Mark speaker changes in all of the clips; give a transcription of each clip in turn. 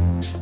Speaker 1: Thank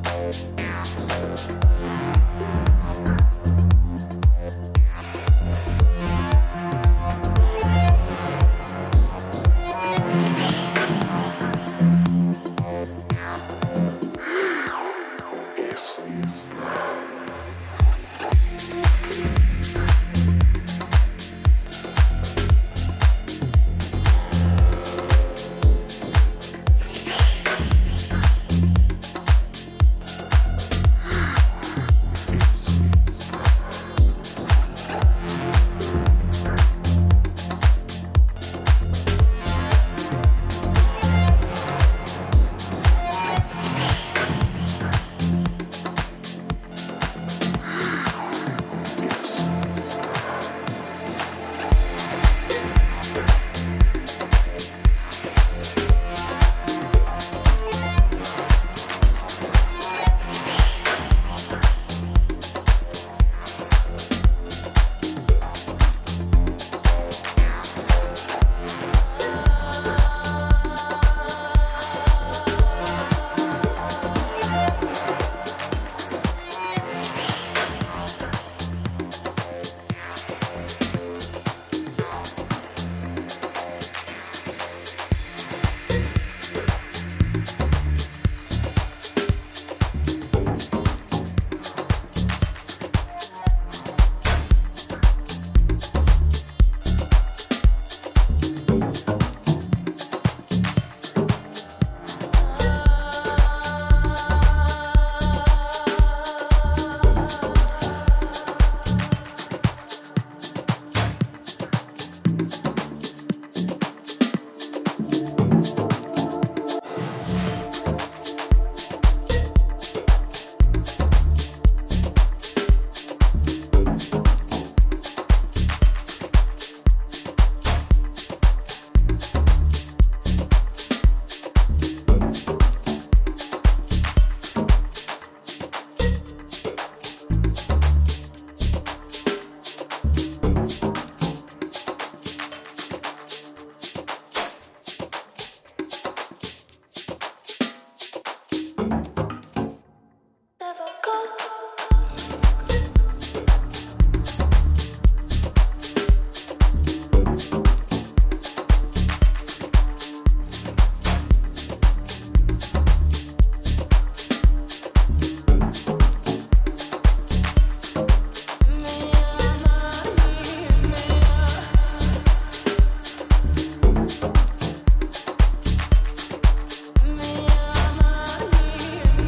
Speaker 1: Yeah.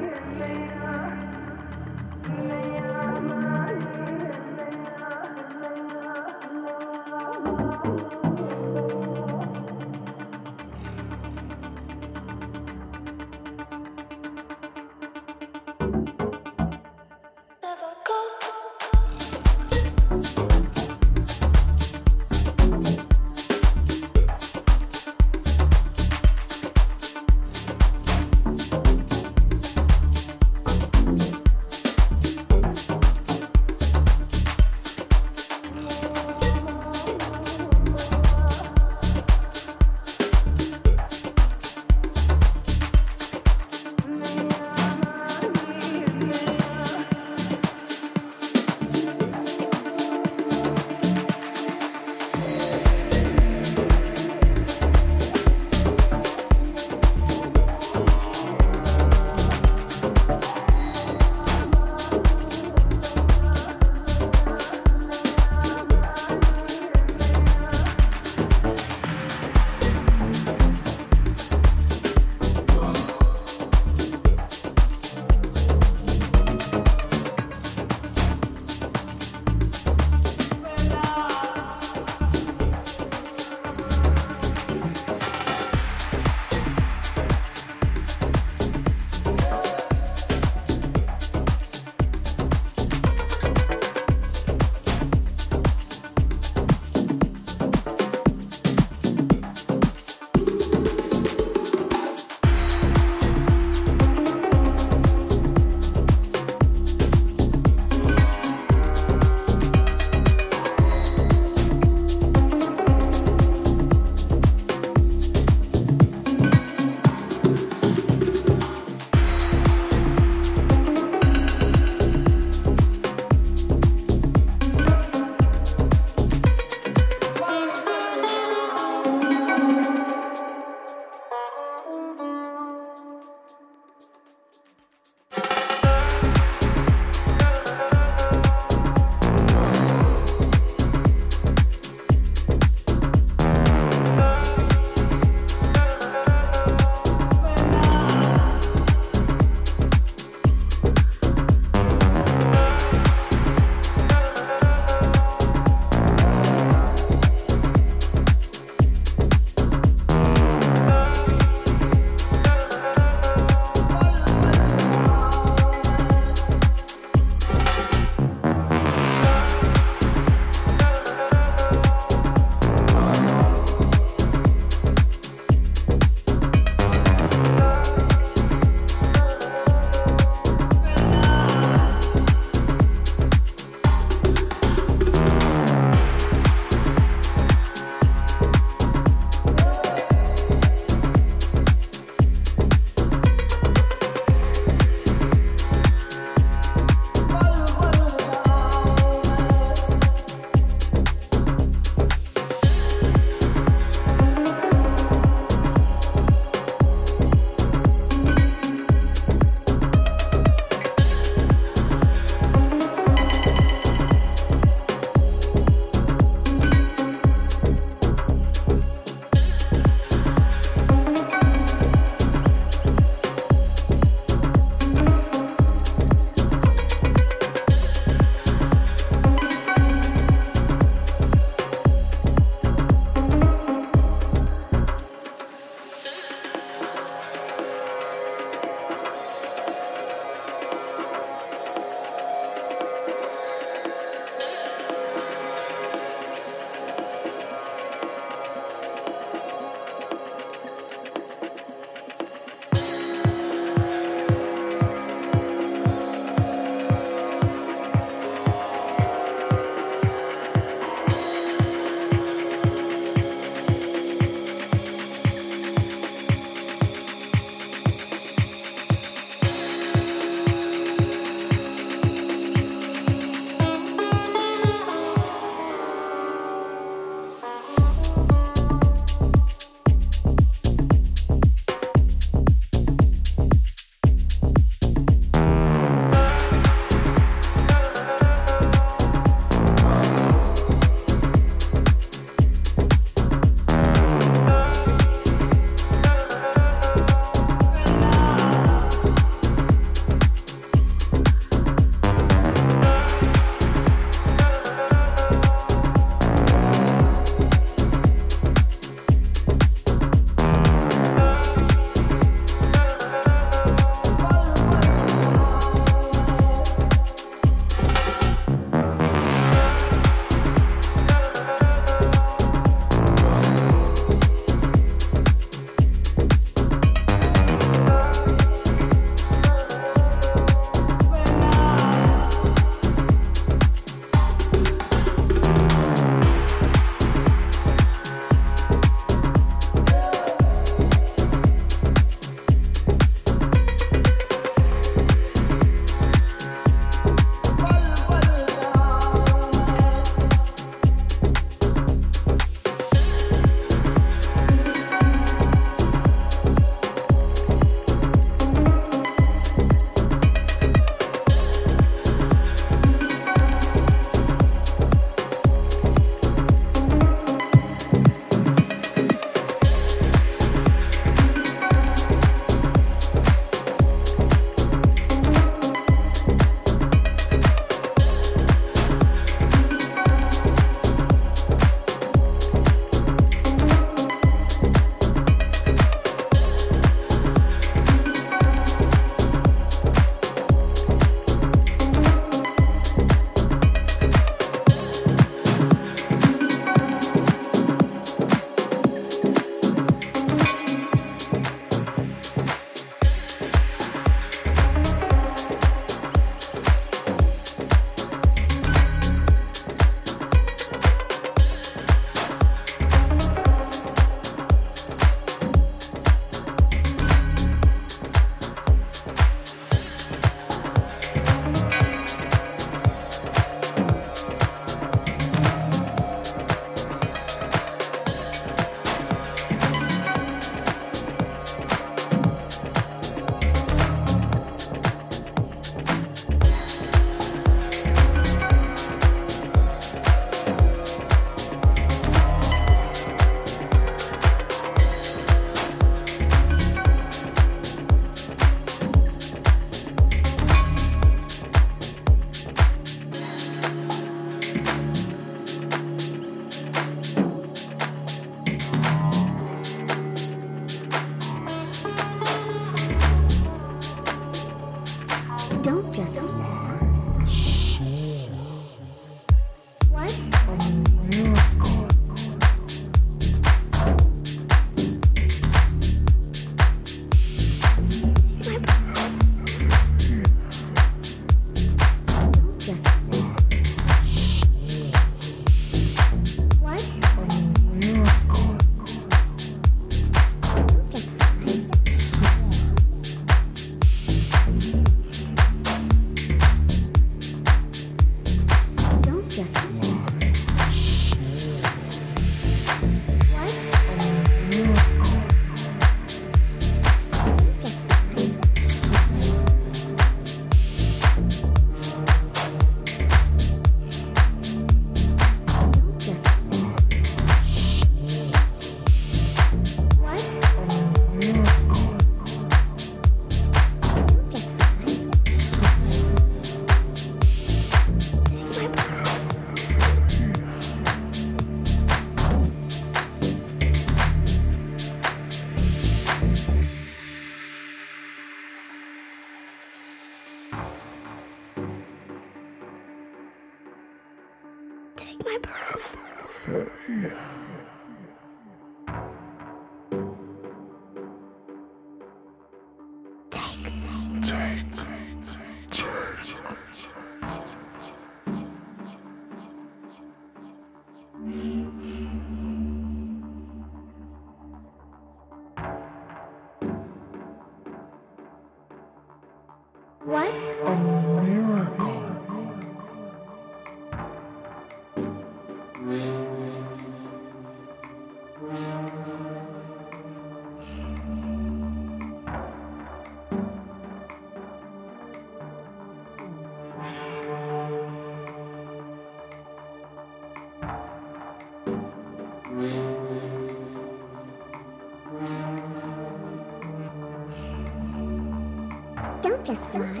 Speaker 2: Don't just fly.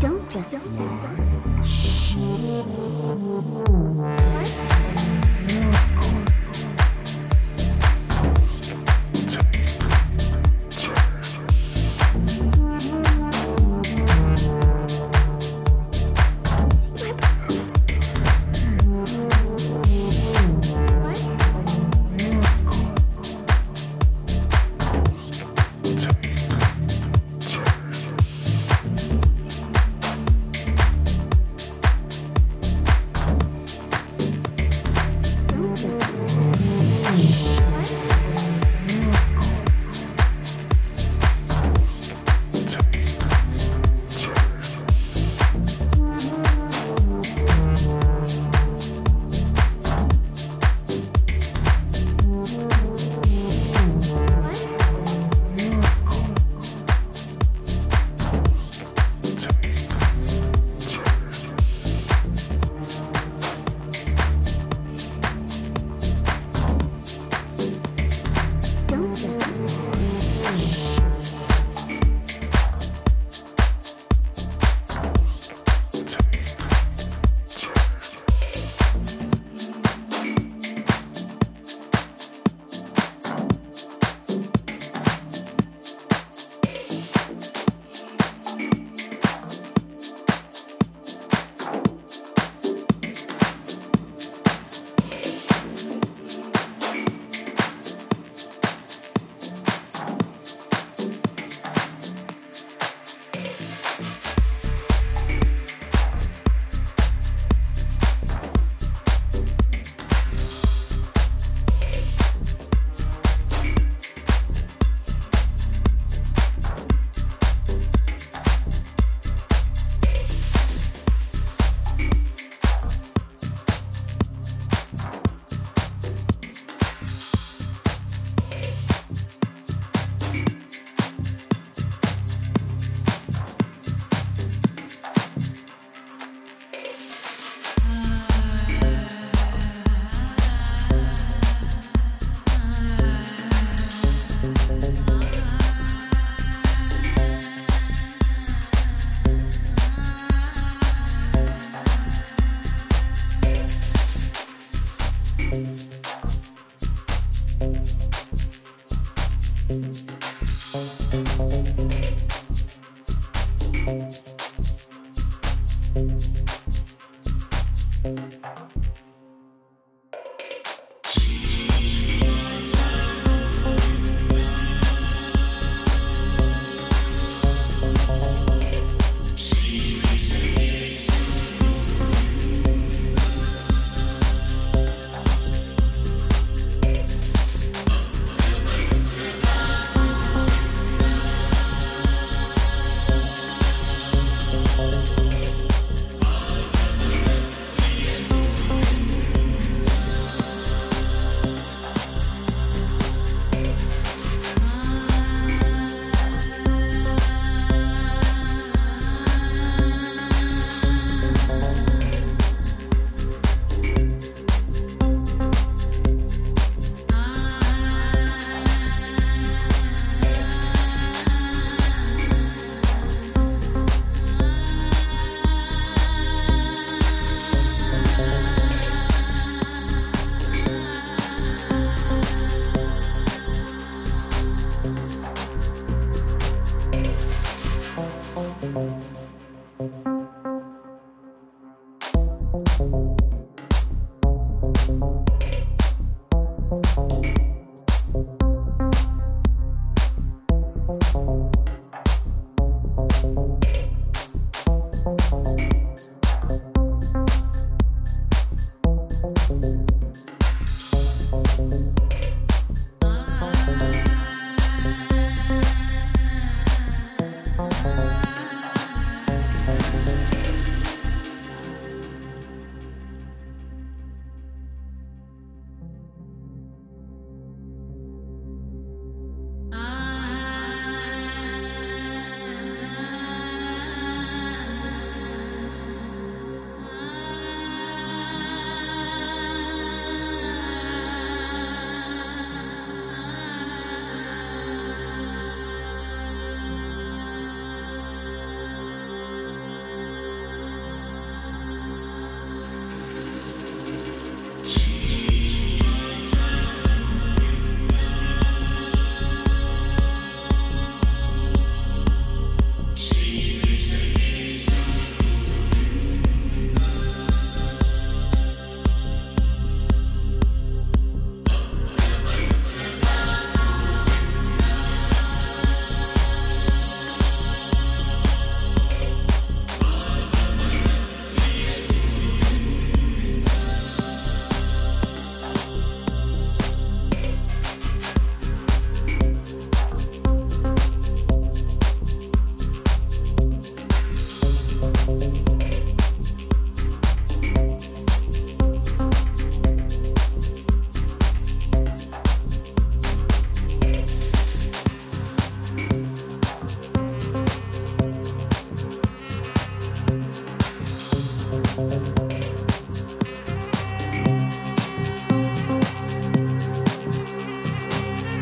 Speaker 2: Don't just fly. Don't just fly.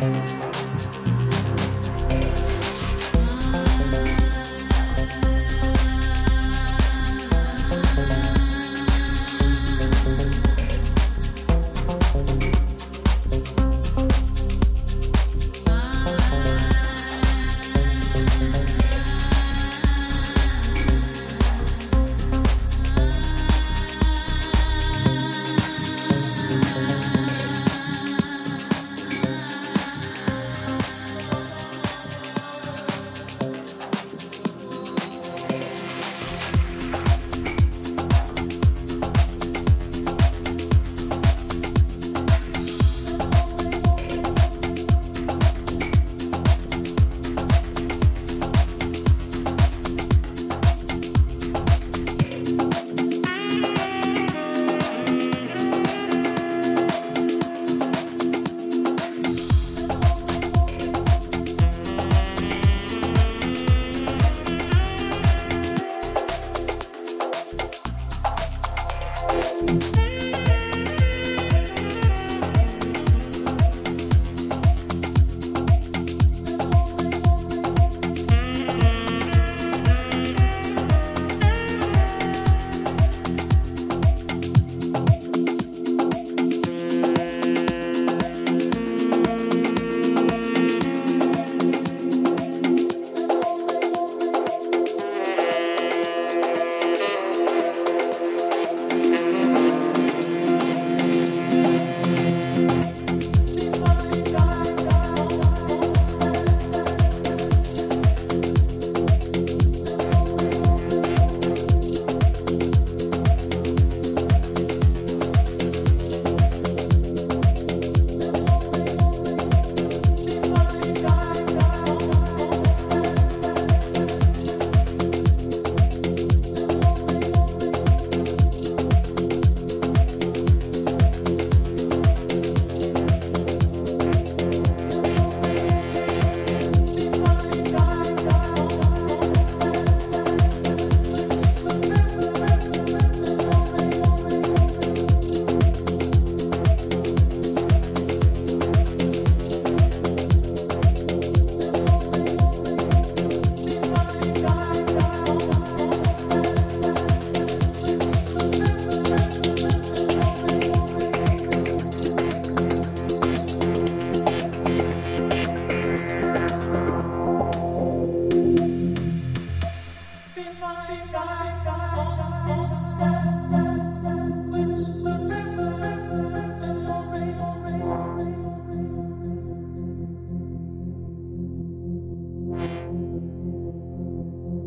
Speaker 3: Thank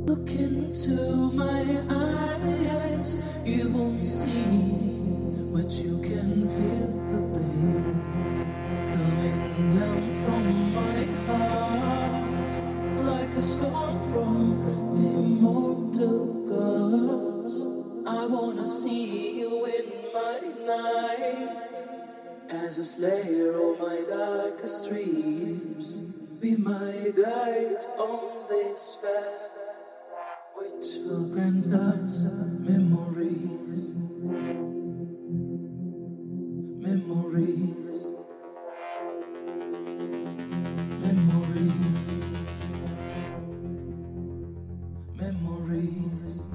Speaker 3: Look into my eyes, you won't see, but you can feel the pain coming down from my heart like a storm from immortal gods. I wanna see you in my night as a slayer of my darkest dreams. Be my guide on this path which will grant us memories, memories, memories, memories.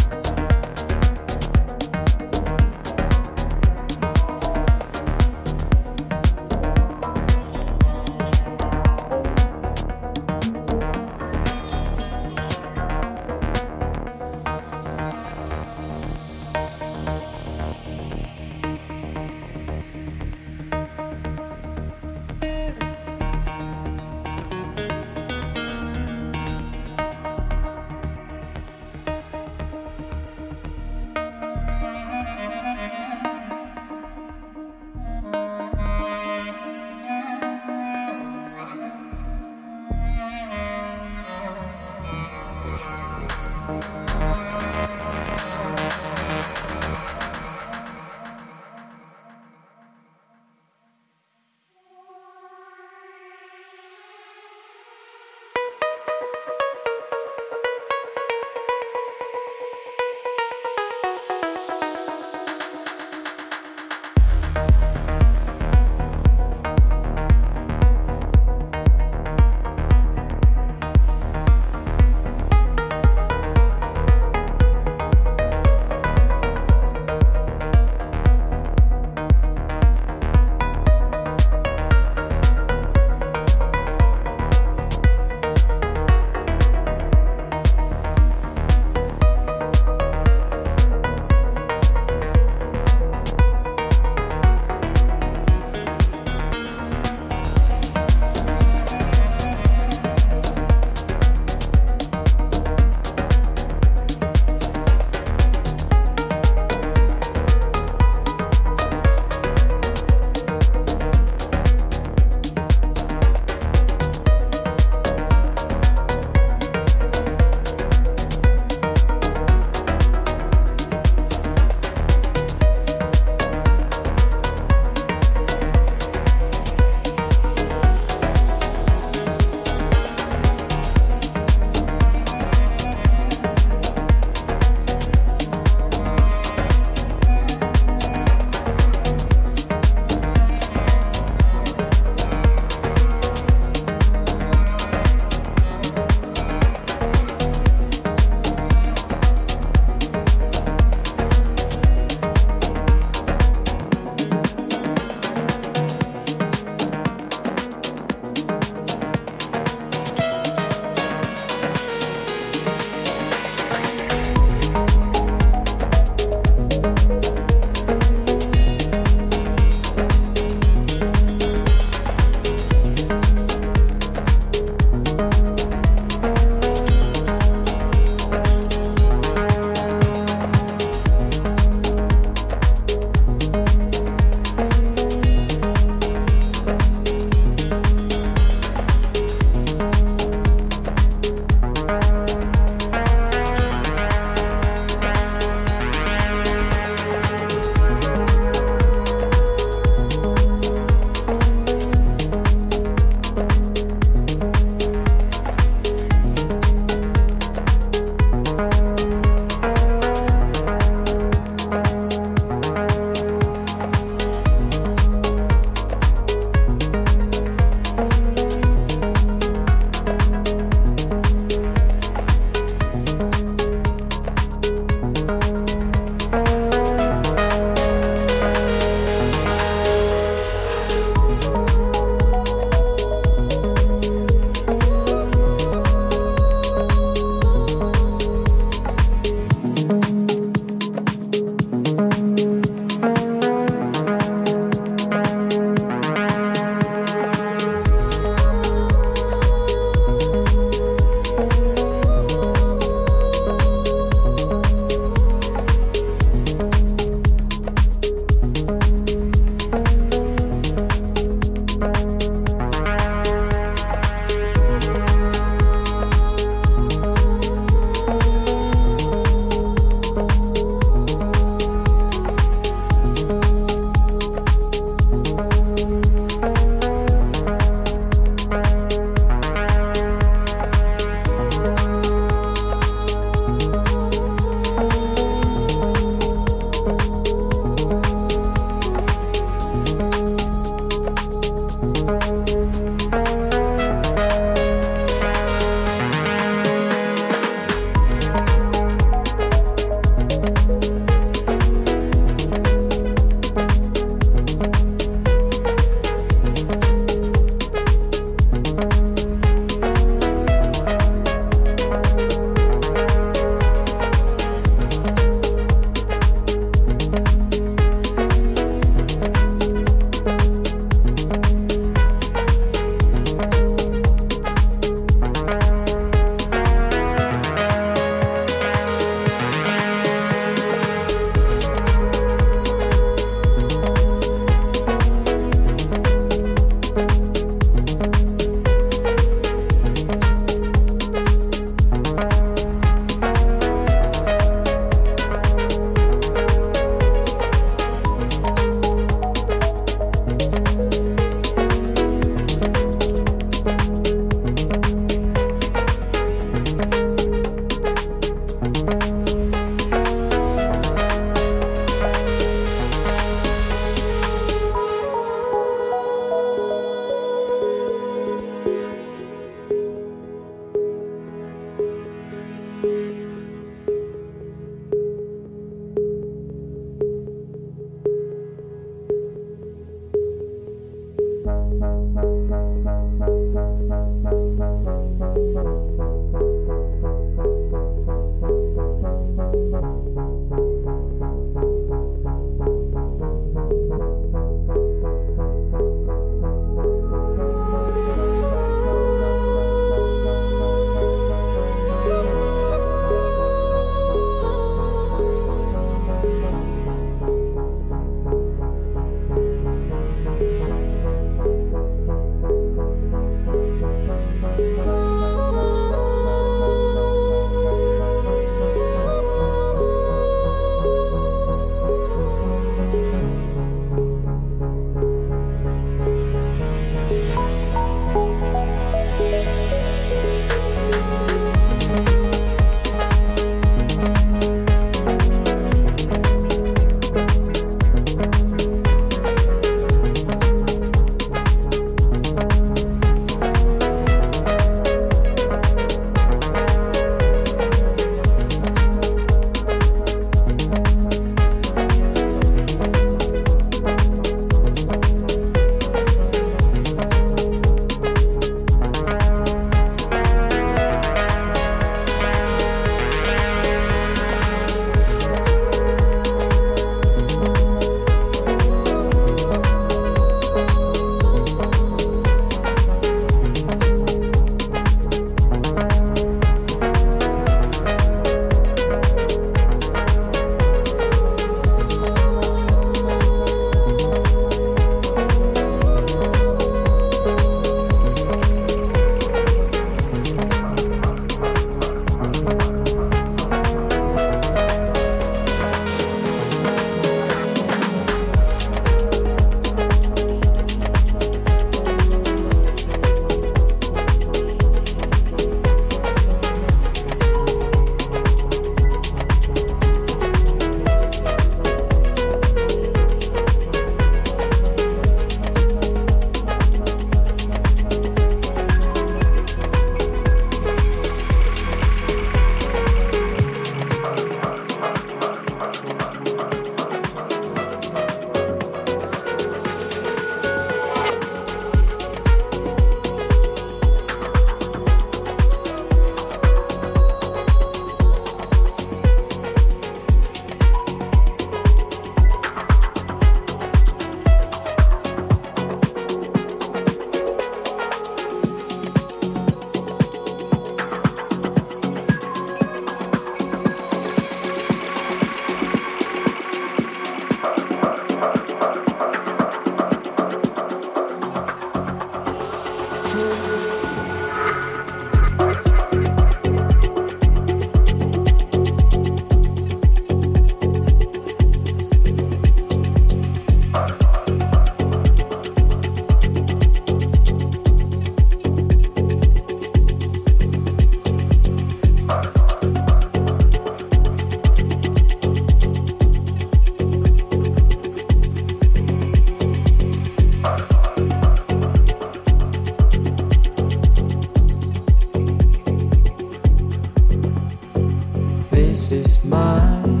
Speaker 4: This is mine.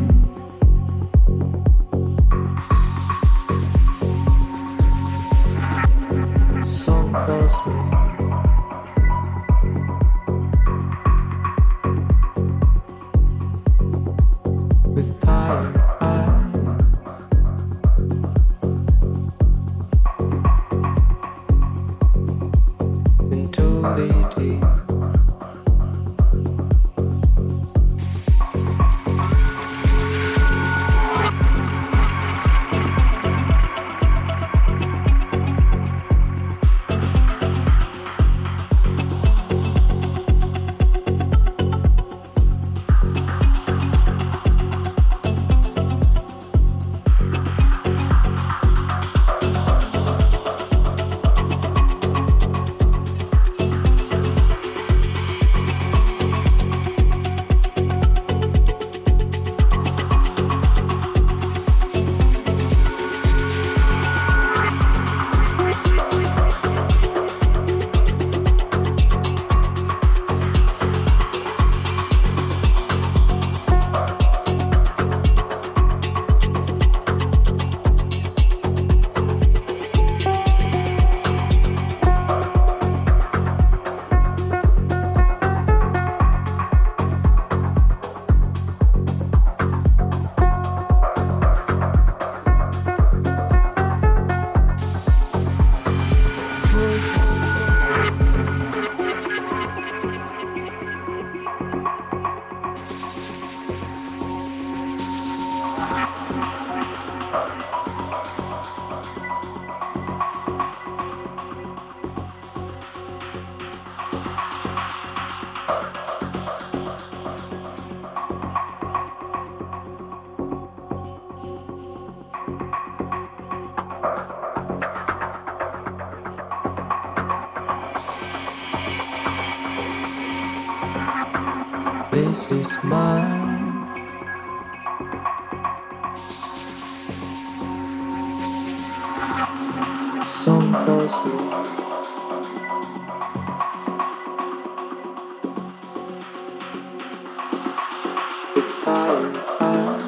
Speaker 4: Some calls me. With tired eyes, into the deep. This is mine. Some falls through. With tired eyes.